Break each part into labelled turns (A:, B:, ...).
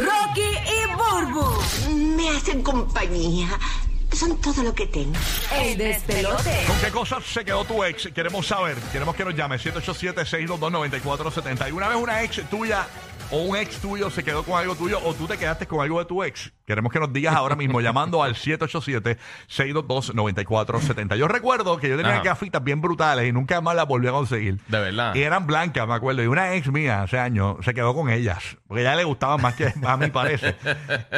A: Rocky y Burbu.
B: Me hacen compañía. Son todo lo que tengo.
A: El despelote.
C: ¿Con qué cosas se quedó tu ex? Queremos saber. Queremos que nos llame 787-622-9470. ¿Alguna vez una ex tuya o un ex tuyo se quedó con algo tuyo o tú te quedaste con algo de tu ex? Queremos que nos digas ahora mismo llamando al 787-622-9470. Yo recuerdo que yo tenía
D: Ajá.
C: gafitas bien brutales y nunca más las volví a conseguir.
D: De verdad.
C: Y eran blancas, me acuerdo. Y una ex mía hace años se quedó con ellas. Porque ya le gustaban más que a mí, parece.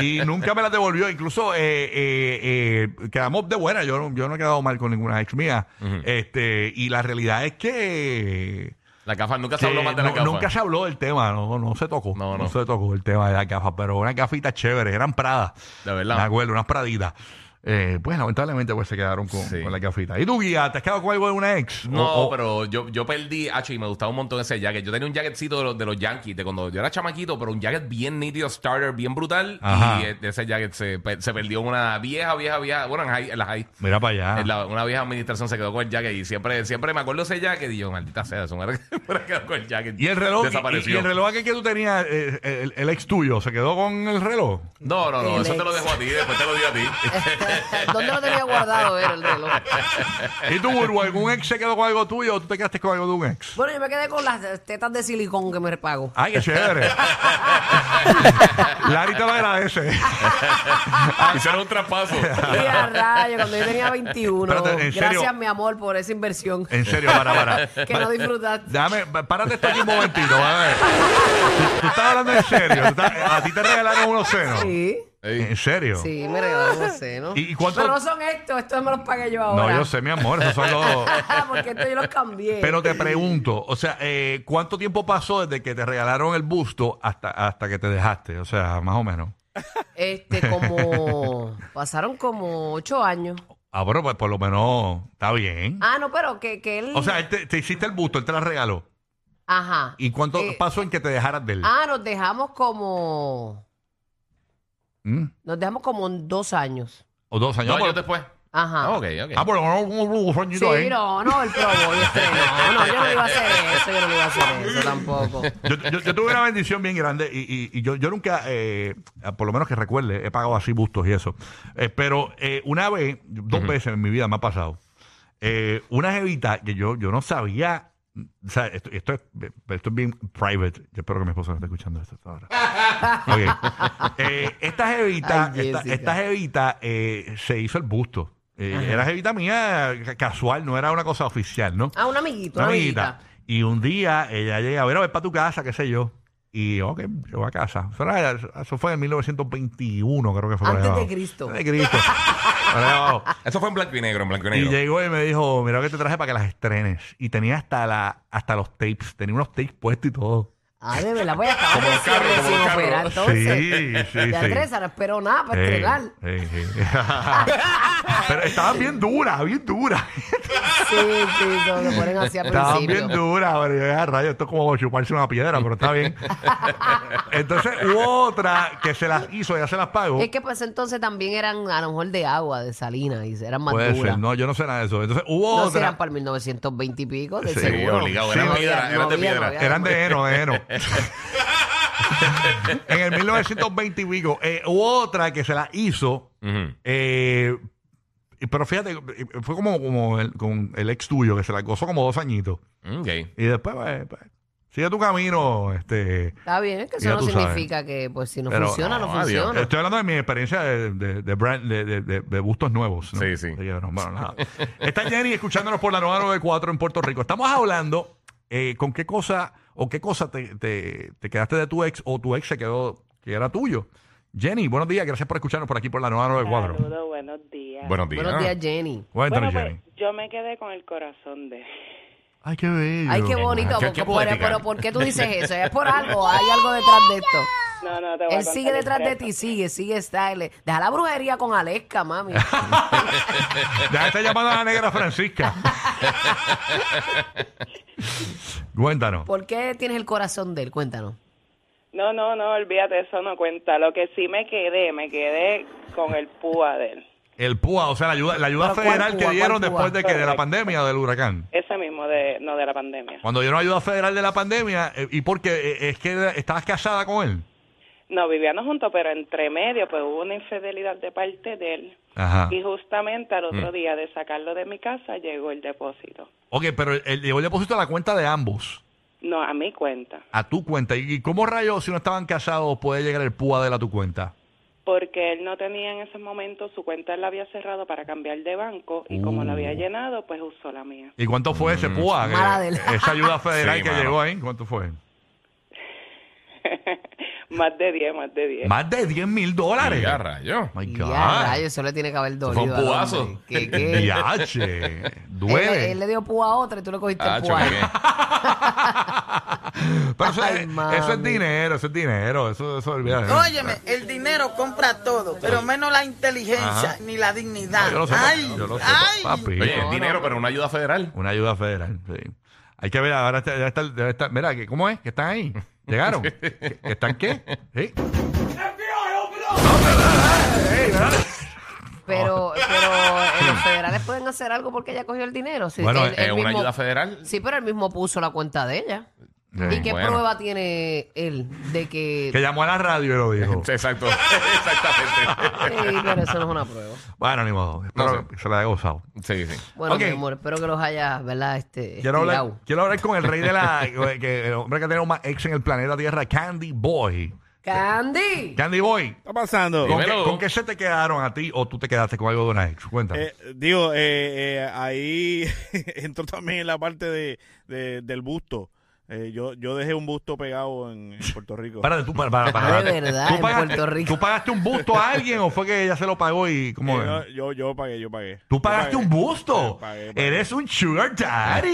C: Y nunca me las devolvió. Incluso eh, eh, eh, quedamos de buena. Yo, no- yo no he quedado mal con ninguna ex mía. este, y la realidad es que.
D: La gafa nunca se
C: que
D: habló más de la
C: no-
D: gafa.
C: nunca se habló del tema, no, no se tocó.
D: No, no.
C: se tocó el tema de las gafas, pero unas gafitas chéveres, eran pradas.
D: De verdad.
C: Me acuerdo, unas praditas. Eh, pues lamentablemente pues se quedaron con,
D: Sí.
C: con las gafitas. ¿Y tú, guía? ¿Te has quedado con algo de una ex?
D: No,
C: O- o-
D: pero yo, yo perdí, hacho, y me gustaba un montón ese jacket. Yo tenía un jacketcito de los, de los Yankees, de cuando yo era chamaquito, pero un jacket bien nítido, starter, bien brutal.
C: Ajá.
D: Y eh, ese jacket se, pe- se perdió una vieja, vieja, vieja. Bueno, en, high- en la high.
C: Mira para allá.
D: en la- una vieja administración se quedó con el jacket y siempre, siempre me acuerdo ese jacket y yo, maldita sea, eso me hubiera quedado con el jacket.
C: ¿Y el reloj?
D: Desapareció.
C: ¿Y, y el reloj aquel que tú tenías, eh, el, el ex tuyo, se quedó con el reloj?
D: No, no, no, eso te lo dejo a ti, después te lo digo a ti.
E: ¿Dónde lo tenía guardado era el reloj?
C: ¿Y tú, Burbu, algún ex se quedó con algo tuyo o tú te quedaste con algo de un ex?
E: Bueno, yo me quedé con las tetas de silicón que me repago.
C: ¡Ay, qué chévere! Larry te lo agradece.
D: Hicieron un traspaso.
E: Mira, rayo, cuando yo tenía 21.
C: Pero, en serio.
E: Gracias, mi amor, por esa inversión
C: En serio, para, para.
E: que no disfrutaste.
C: Dame, párate esto aquí un momentito, a ver. Tú, tú estás hablando en serio. tú estás- a ti te regalaron unos senos.
E: Sí,
C: ¿En serio?
E: sí, me regalaron un seno.
C: ¿Y- y cuánto-
E: Pero no son estos, estos me los pagué yo
C: No,
E: ahora.
C: yo sé, mi amor, esos son los...
E: Porque estos yo los cambié.
C: Pero te pregunto, o sea, eh, ¿cuánto tiempo pasó desde que te regalaron el busto hasta, hasta que te dejaste? O sea, más o menos.
E: Este, como. Pasaron como ocho años.
C: Ah, bueno, pues por lo menos está bien.
E: Ah, no, pero que, que él.
C: O sea, él te, te hiciste el busto, él te la regaló.
E: Ajá.
C: ¿Y cuánto
E: Eh,
C: pasó en que te dejaras de él?
E: Ah, nos dejamos como.
C: ¿Mm?
E: Nos dejamos como dos años.
C: ¿O dos años?
D: No,
C: por-
D: yo después.
E: Ajá.
D: Ah, ok, ok.
C: Ah, por lo menos un- un
E: Sí,
C: añito ahí.
E: no, no, el probo. y este, no, no, yo no iba a hacer eso, yo no iba a hacer eso tampoco.
C: Yo, yo- yo tuve una bendición bien grande y, y- y yo, yo nunca, eh, por lo menos que recuerde, he pagado así bustos y eso. Eh, pero eh, una vez, dos veces en mi vida me ha pasado, eh, una jevita que yo, yo no sabía, o sea, esto, esto es, esto es bien private. Yo espero que mi esposa no esté escuchando esto hasta ahora. Ok. Eh, esta jevita,
E: Ay,
C: esta,
E: Jessica.
C: esta jevita eh, se hizo el busto. Eh, era jevita mía ca- casual, no era una cosa oficial, ¿no?
E: Ah, un amiguito,
C: una
E: una
C: amiguita.
E: amiguita.
C: Y un día ella llega, a ver, a ver para tu casa, qué sé yo. Y, ok, yo voy a casa. Eso, era- eso fue en 1921, creo que fue. por
E: Antes
C: ahí
E: de
C: abajo.
E: Cristo.
C: Antes de Cristo. Por ahí abajo.
D: pues, Eso fue en blanco y negro, en blanco y
C: Y
D: negro.
C: llegó y me dijo, mira lo que te traje para que las estrenes. Y tenía hasta la hasta los tapes, tenía unos tapes puestos y todo.
E: Ah, de verdad, voy a estar
D: Como el
E: recién,
D: carro, como el
E: recién
D: carro.
E: operar, entonces.
C: sí, sí,
E: ya
C: sí.
E: Teresa no esperó nada para
C: Sí,
E: entregar.
C: sí, sí. Pero estaban bien duras, bien duras.
E: Sí, sí, no, se ponen así al
C: Estaban bien
E: principio.
C: duras, pero yo, ah, rayos, esto es como chuparse una piedra, pero está bien. Entonces hubo otra que se las hizo, ya se las pagó.
E: Es que pues entonces también eran a lo mejor de agua, de salina, y eran más
C: Puede
E: duras.
C: ser, no, yo no sé nada de eso. Entonces hubo
E: No, si
C: otra.
E: eran para el 1920 y pico, de
C: Sí,
E: seguro.
D: obligado,
C: Sí,
D: eran
C: no
E: había-
D: piedra,
E: no
D: eran de
E: había,
D: piedra.
E: no había.
C: Eran de heno, de heno. en el 1920 y pico. eh, hubo otra que se la hizo.
D: Ujú.
C: eh, pero fíjate, eh, fue como, como el, con el ex tuyo que se la gozó como dos añitos.
D: Ok.
C: Y después, pues, pues, sigue tu camino. este
E: Está bien, es que eso
C: Ya
E: no
C: tú sabes.
E: significa que pues si no
C: Pero-
E: funciona, no,
D: no, adiós.
E: funciona.
C: Estoy hablando de mi experiencia de, de, de brand- de- de- de- de gustos nuevos. ¿no?
D: Sí, sí.
C: Así que, no, bueno, nada. Está Jenny escuchándonos por la 994 en Puerto Rico. Estamos hablando eh, con qué cosa o qué cosa te, te- te quedaste de tu ex o tu ex se quedó que era tuyo. Jenny, buenos días. Gracias por escucharnos por aquí por la 994.
F: Saludos, buenos días.
D: Buenos días.
E: Buenos días, Jenny.
C: Cuéntanos,
F: Bueno, pues,
C: Jenny.
F: yo me quedé con el corazón de...
C: Ay, qué bello.
E: Ay, qué bonito.
D: Qué-
E: porque-
D: qué
E: pero,
D: poética.
E: pero ¿por qué tú dices eso? ¿Es por algo? ¿Hay algo detrás de esto?
F: No, no, te voy a
E: Él sigue
F: contar
E: detrás de
F: esto.
E: ti, sigue, sigue, está. él- Deja la brujería con Aleska, mami.
C: Ya está llamando a la negra Francisca. Cuéntanos.
E: ¿Por qué tienes el corazón de él? Cuéntanos.
F: No, no, no, olvídate, eso no cuenta. Lo que sí me quedé, me quedé con el púa de él.
C: El PUA, o sea, la ayuda, la ayuda
E: Pero, ¿cuál
C: federal
E: púa?
C: que
E: ¿Cuál
C: dieron
E: púa?
C: después de que de la
F: Correcto.
C: pandemia o del huracán.
F: Ese mismo, de, no de la pandemia.
C: Cuando dieron ayuda federal de la pandemia, eh, y porque eh, es que era- estabas casada con él.
F: No, vivíamos juntos, pero entre medio, pues hubo una infidelidad de parte de él.
C: Ajá.
F: Y justamente al otro día de sacarlo de mi casa llegó el depósito.
C: Ok, pero el- el, llegó el depósito a la cuenta de ambos,
F: No, a mi cuenta.
C: a tu cuenta. ¿Y y cómo rayos, si no estaban casados, puede llegar el PUA de él a tu cuenta?
F: Porque él no tenía en ese momento su cuenta, él la había cerrado para cambiar de banco y como la había llenado, pues usó la mía.
C: ¿Y cuánto fue ese PUA? que-
E: Mala de él.
C: Esa ayuda
D: Mm,
C: federal
D: Sí,
C: que
D: mano.
C: llegó ahí, ¿cuánto fue?
F: más de 10, más de 10.
C: Más de 10 mil dólares.
D: Ya, rayo.
C: My God.
E: Ya, rayos, eso le tiene que haber dolido.
D: fue un
E: al hombre.
D: puazo.
E: Que- que- él,
C: Diache,
E: le-
C: duele.
E: él le dio púa a otra y tú le cogiste
D: Ah,
E: el púa. a él.
D: choque.
C: Pero eso,
E: Ay,
C: es-
E: mami.
C: eso es dinero, eso es dinero. Eso, eso olvídate.
G: Óyeme, el dinero compra todo, pero menos la inteligencia
C: Ajá.
G: ni la dignidad.
C: Yo lo sé,
G: ay,
C: yo lo sé,
G: ay.
C: papi.
D: Oye,
C: No,
D: es dinero, pero una ayuda federal.
C: Una ayuda federal. sí. Hay que ver, ahora está- debe estar, debe estar- mira, que- ¿cómo es? ¿Que están ahí? ¿Llegaron? ¿Que ¿Están qué? Sí.
E: Pero, pero eh, los federales pueden hacer algo porque ella cogió el dinero. Si
C: Bueno,
E: él-
D: Es
E: él
D: Eh, una
E: mismo-
D: ayuda federal.
E: Sí, pero él mismo puso la cuenta de ella. ¿Y qué
D: bueno.
E: prueba tiene él de que...
C: Que llamó a la radio y lo dijo.
D: Exacto, exactamente.
E: Sí, pero eso no es una prueba.
C: Bueno, ni modo. Espero
D: No sé.
C: que se la haya gozado.
D: Sí, sí.
E: Bueno,
C: Ok.
E: mi amor, espero que los hayas, ¿verdad? Este,
C: Quiero hablar,
E: estirado.
C: quiero hablar con el rey de la. que- el hombre que tenemos más ex en el planeta Tierra, Candy Boy.
E: ¡Candy!
C: Candy Boy,
H: está pasando?
C: ¿con qué,
D: Dímelo.
C: con qué se te quedaron a ti o tú te quedaste con algo de una ex? Cuéntame.
H: Eh, digo, eh, eh, ahí entró también en la parte de, de- del busto. Eh, yo, yo dejé un busto pegado en, en Puerto Rico.
C: Espérate, tú, para, para, para.
E: De verdad,
C: ¿Tú
E: en
C: pagaste,
E: Puerto Rico.
C: ¿Tú pagaste un busto a alguien o fue que ella se lo pagó y
H: Eh,
C: cómo es?
H: no, yo, yo pagué, yo pagué.
C: Tú
H: Yo
C: pagaste
H: pagué.
C: un busto.
H: Yo pagué, pagué.
C: Eres un sugar daddy.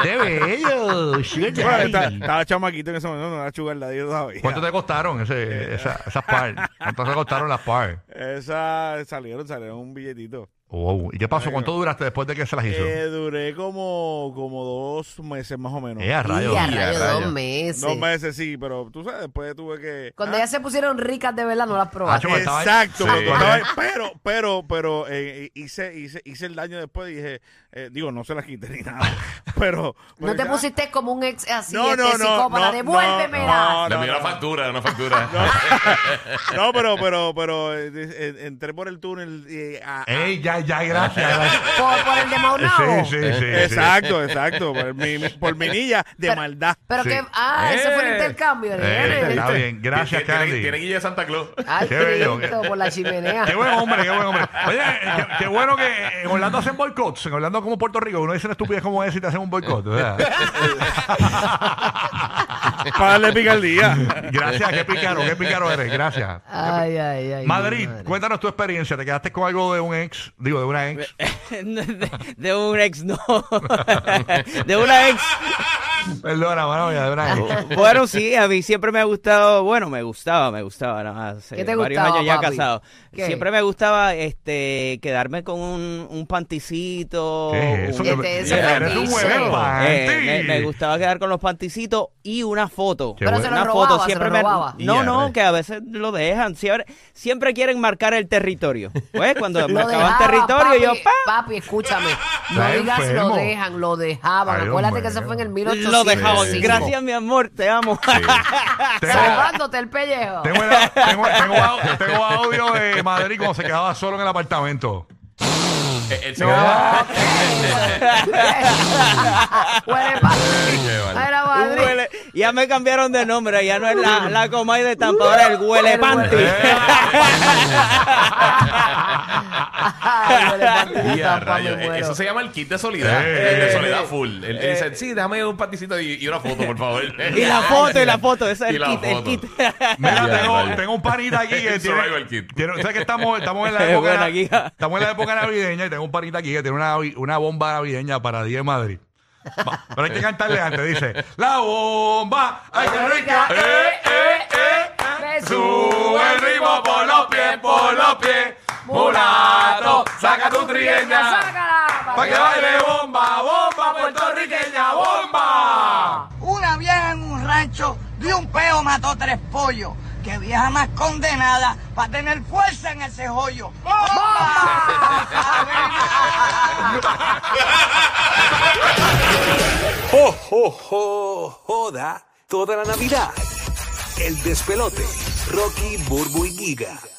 C: ¡Qué bello! Sugar
H: Bueno,
C: daddy.
H: estaba, estaba chamaquito en ese momento, no era sugar daddy, yo sabía.
C: ¿Cuánto te costaron
H: Eh,
C: ese, esa- esas par? ¿Cuánto te costaron las par?
H: Esa salieron, salieron un billetito.
C: Wow. ¿Y qué pasó? ¿Cuánto duraste después de que se las hizo?
H: Eh, duré como, como dos meses más o menos.
C: Eh, a rayos.
E: Y a
D: Y a
E: rayos
D: rayos.
E: dos meses.
H: Dos meses, sí, pero tú sabes, después tuve que...
E: Cuando
H: Ah,
E: ellas se pusieron ricas de verdad, no las probaste.
C: Hacho, Yo estaba-
H: Exacto,
C: Sí.
H: pero, estaba- pero, pero, pero, eh, hice, hice, hice el daño después y dije, eh, digo, no se las quité ni nada. Pero,
E: No
H: pero
E: te
H: Pues ya-
E: pusiste como un ex así,
H: No,
E: este
H: no, no,
E: psicópata,
H: no,
E: devuélvemela.
H: no,
D: Le pidió una factura, una factura.
H: No, pero, pero, pero eh, eh, entré por el túnel y, a- a-
C: ey, ya, ya,
H: ah,
C: gracias. gracias.
E: Por, por el de Maunao.
C: Sí, sí, sí.
H: eh, Exacto, exacto. Por mi, por mi niña de maldad.
E: Pero
C: Sí.
E: que, ah, ese fue el
D: Eh.
E: intercambio.
C: sí.
E: nene.
C: Eh, está bien. Gracias,
D: Tiene- tiene-
C: Candy.
D: Tiene guille de Santa Claus.
E: Ay,
C: Qué bello.
E: Cristo, por la chimenea.
C: Qué buen hombre, qué buen hombre. Oye, eh, qué, qué bueno que eh, en Orlando hacen boicots. En Orlando, como Puerto Rico, uno dice una estupidez como es y te hacen un boicot. ¿verdad?
H: Para darle picardía.
C: Gracias, qué pícaro, qué pícaro eres. Gracias.
E: Ay, ay, ay.
C: Madrid,
E: madre.
C: cuéntanos tu experiencia. ¿Te quedaste con algo de un ex? Digo, de una ex.
I: de, de un ex, no. de una ex.
C: Perdona, mano, ya, de una ex.
I: Bueno, sí, a mí siempre me ha gustado, bueno, me gustaba, me gustaba, ¿no? hace
E: ¿Qué te
I: varios
E: gustaba,
I: años ya
E: papi?
I: casado.
E: ¿Qué?
I: Siempre me gustaba este quedarme con un, un
H: Oh,
I: panticito.
C: ¿Qué es eso?
I: un-
E: Este, ese
C: Eres
E: panty,
C: un
E: sí.
C: huevón,
I: Eh,
C: panty.
I: me, me gustaba quedar con los panticitos y una foto.
C: Qué Pero bueno. se
E: lo
I: una
E: robaba, se
I: foto siempre
E: lo
I: me-
E: robaba.
I: No,
C: Ya,
I: no,
C: ves.
I: que a veces lo dejan. Siempre, siempre quieren marcar el territorio. Pues cuando
E: Lo
I: marcaban
E: dejaba,
I: territorio,
E: papi,
I: yo ¡pa!
E: Papi, escúchame. No
C: Está
E: digas
C: enfermo.
E: lo dejan, lo dejaban.
C: Ay,
E: Acuérdate
C: hombre.
E: que eso fue en el
I: Lo
E: 1805.
I: dejamos.
C: Sí.
I: Gracias, mi amor, te amo.
C: Tengo-
E: Salvándote el pellejo.
C: Tengo, el- tengo- tengo au- tengo audio de Madrid cuando se quedaba solo en el apartamento.
D: Eh, Él se quedaba.
E: Huele pa-
D: qué mal.
E: Era
I: Un
E: Madrid.
I: huele- ya me cambiaron de nombre, ya no es la, la Comay de Tampa, ahora el Huele
E: El
I: Panty.
E: huele-
C: Eh.
E: Ay, huele pa-
D: Y a
E: tapa, me
D: rayos. Eh,
E: muero.
D: Eso se llama el kit de soledad.
C: Eh.
D: el de soledad full. Él él dice, sí, déjame un paticito y, y una foto, por favor.
I: Eh. Y la foto, y la foto, ese es
D: Y
I: el
D: la
I: kit, el
D: foto.
I: kit.
C: Mira,
D: Ya,
C: tengo,
D: vale.
C: tengo un panita aquí que
D: El
C: tiene,
D: survival kit.
C: tiene- o sea que estamos, estamos en la
I: Eh,
C: época
I: buena
C: na-
I: guía.
C: estamos en la época navideña y tengo un panita aquí que tiene una, una bomba navideña para 10 Madrid. Va, Pero hay que cantarle antes, dice La bomba, ay qué rica, eh, eh,
D: sube el ritmo por los pies, por los pies. Mulato, saca tu trigueña.
J: Sácala,
D: Pa' que baile bomba, bomba puertorriqueña, bomba.
G: Una vieja en un rancho de un peo mató tres pollos. Qué vieja más condenada para tener fuerza en ese joyo.
E: ¡Oh, oh, oh! Joda toda la Navidad. El despelote. Rocky, Burbu y Giga.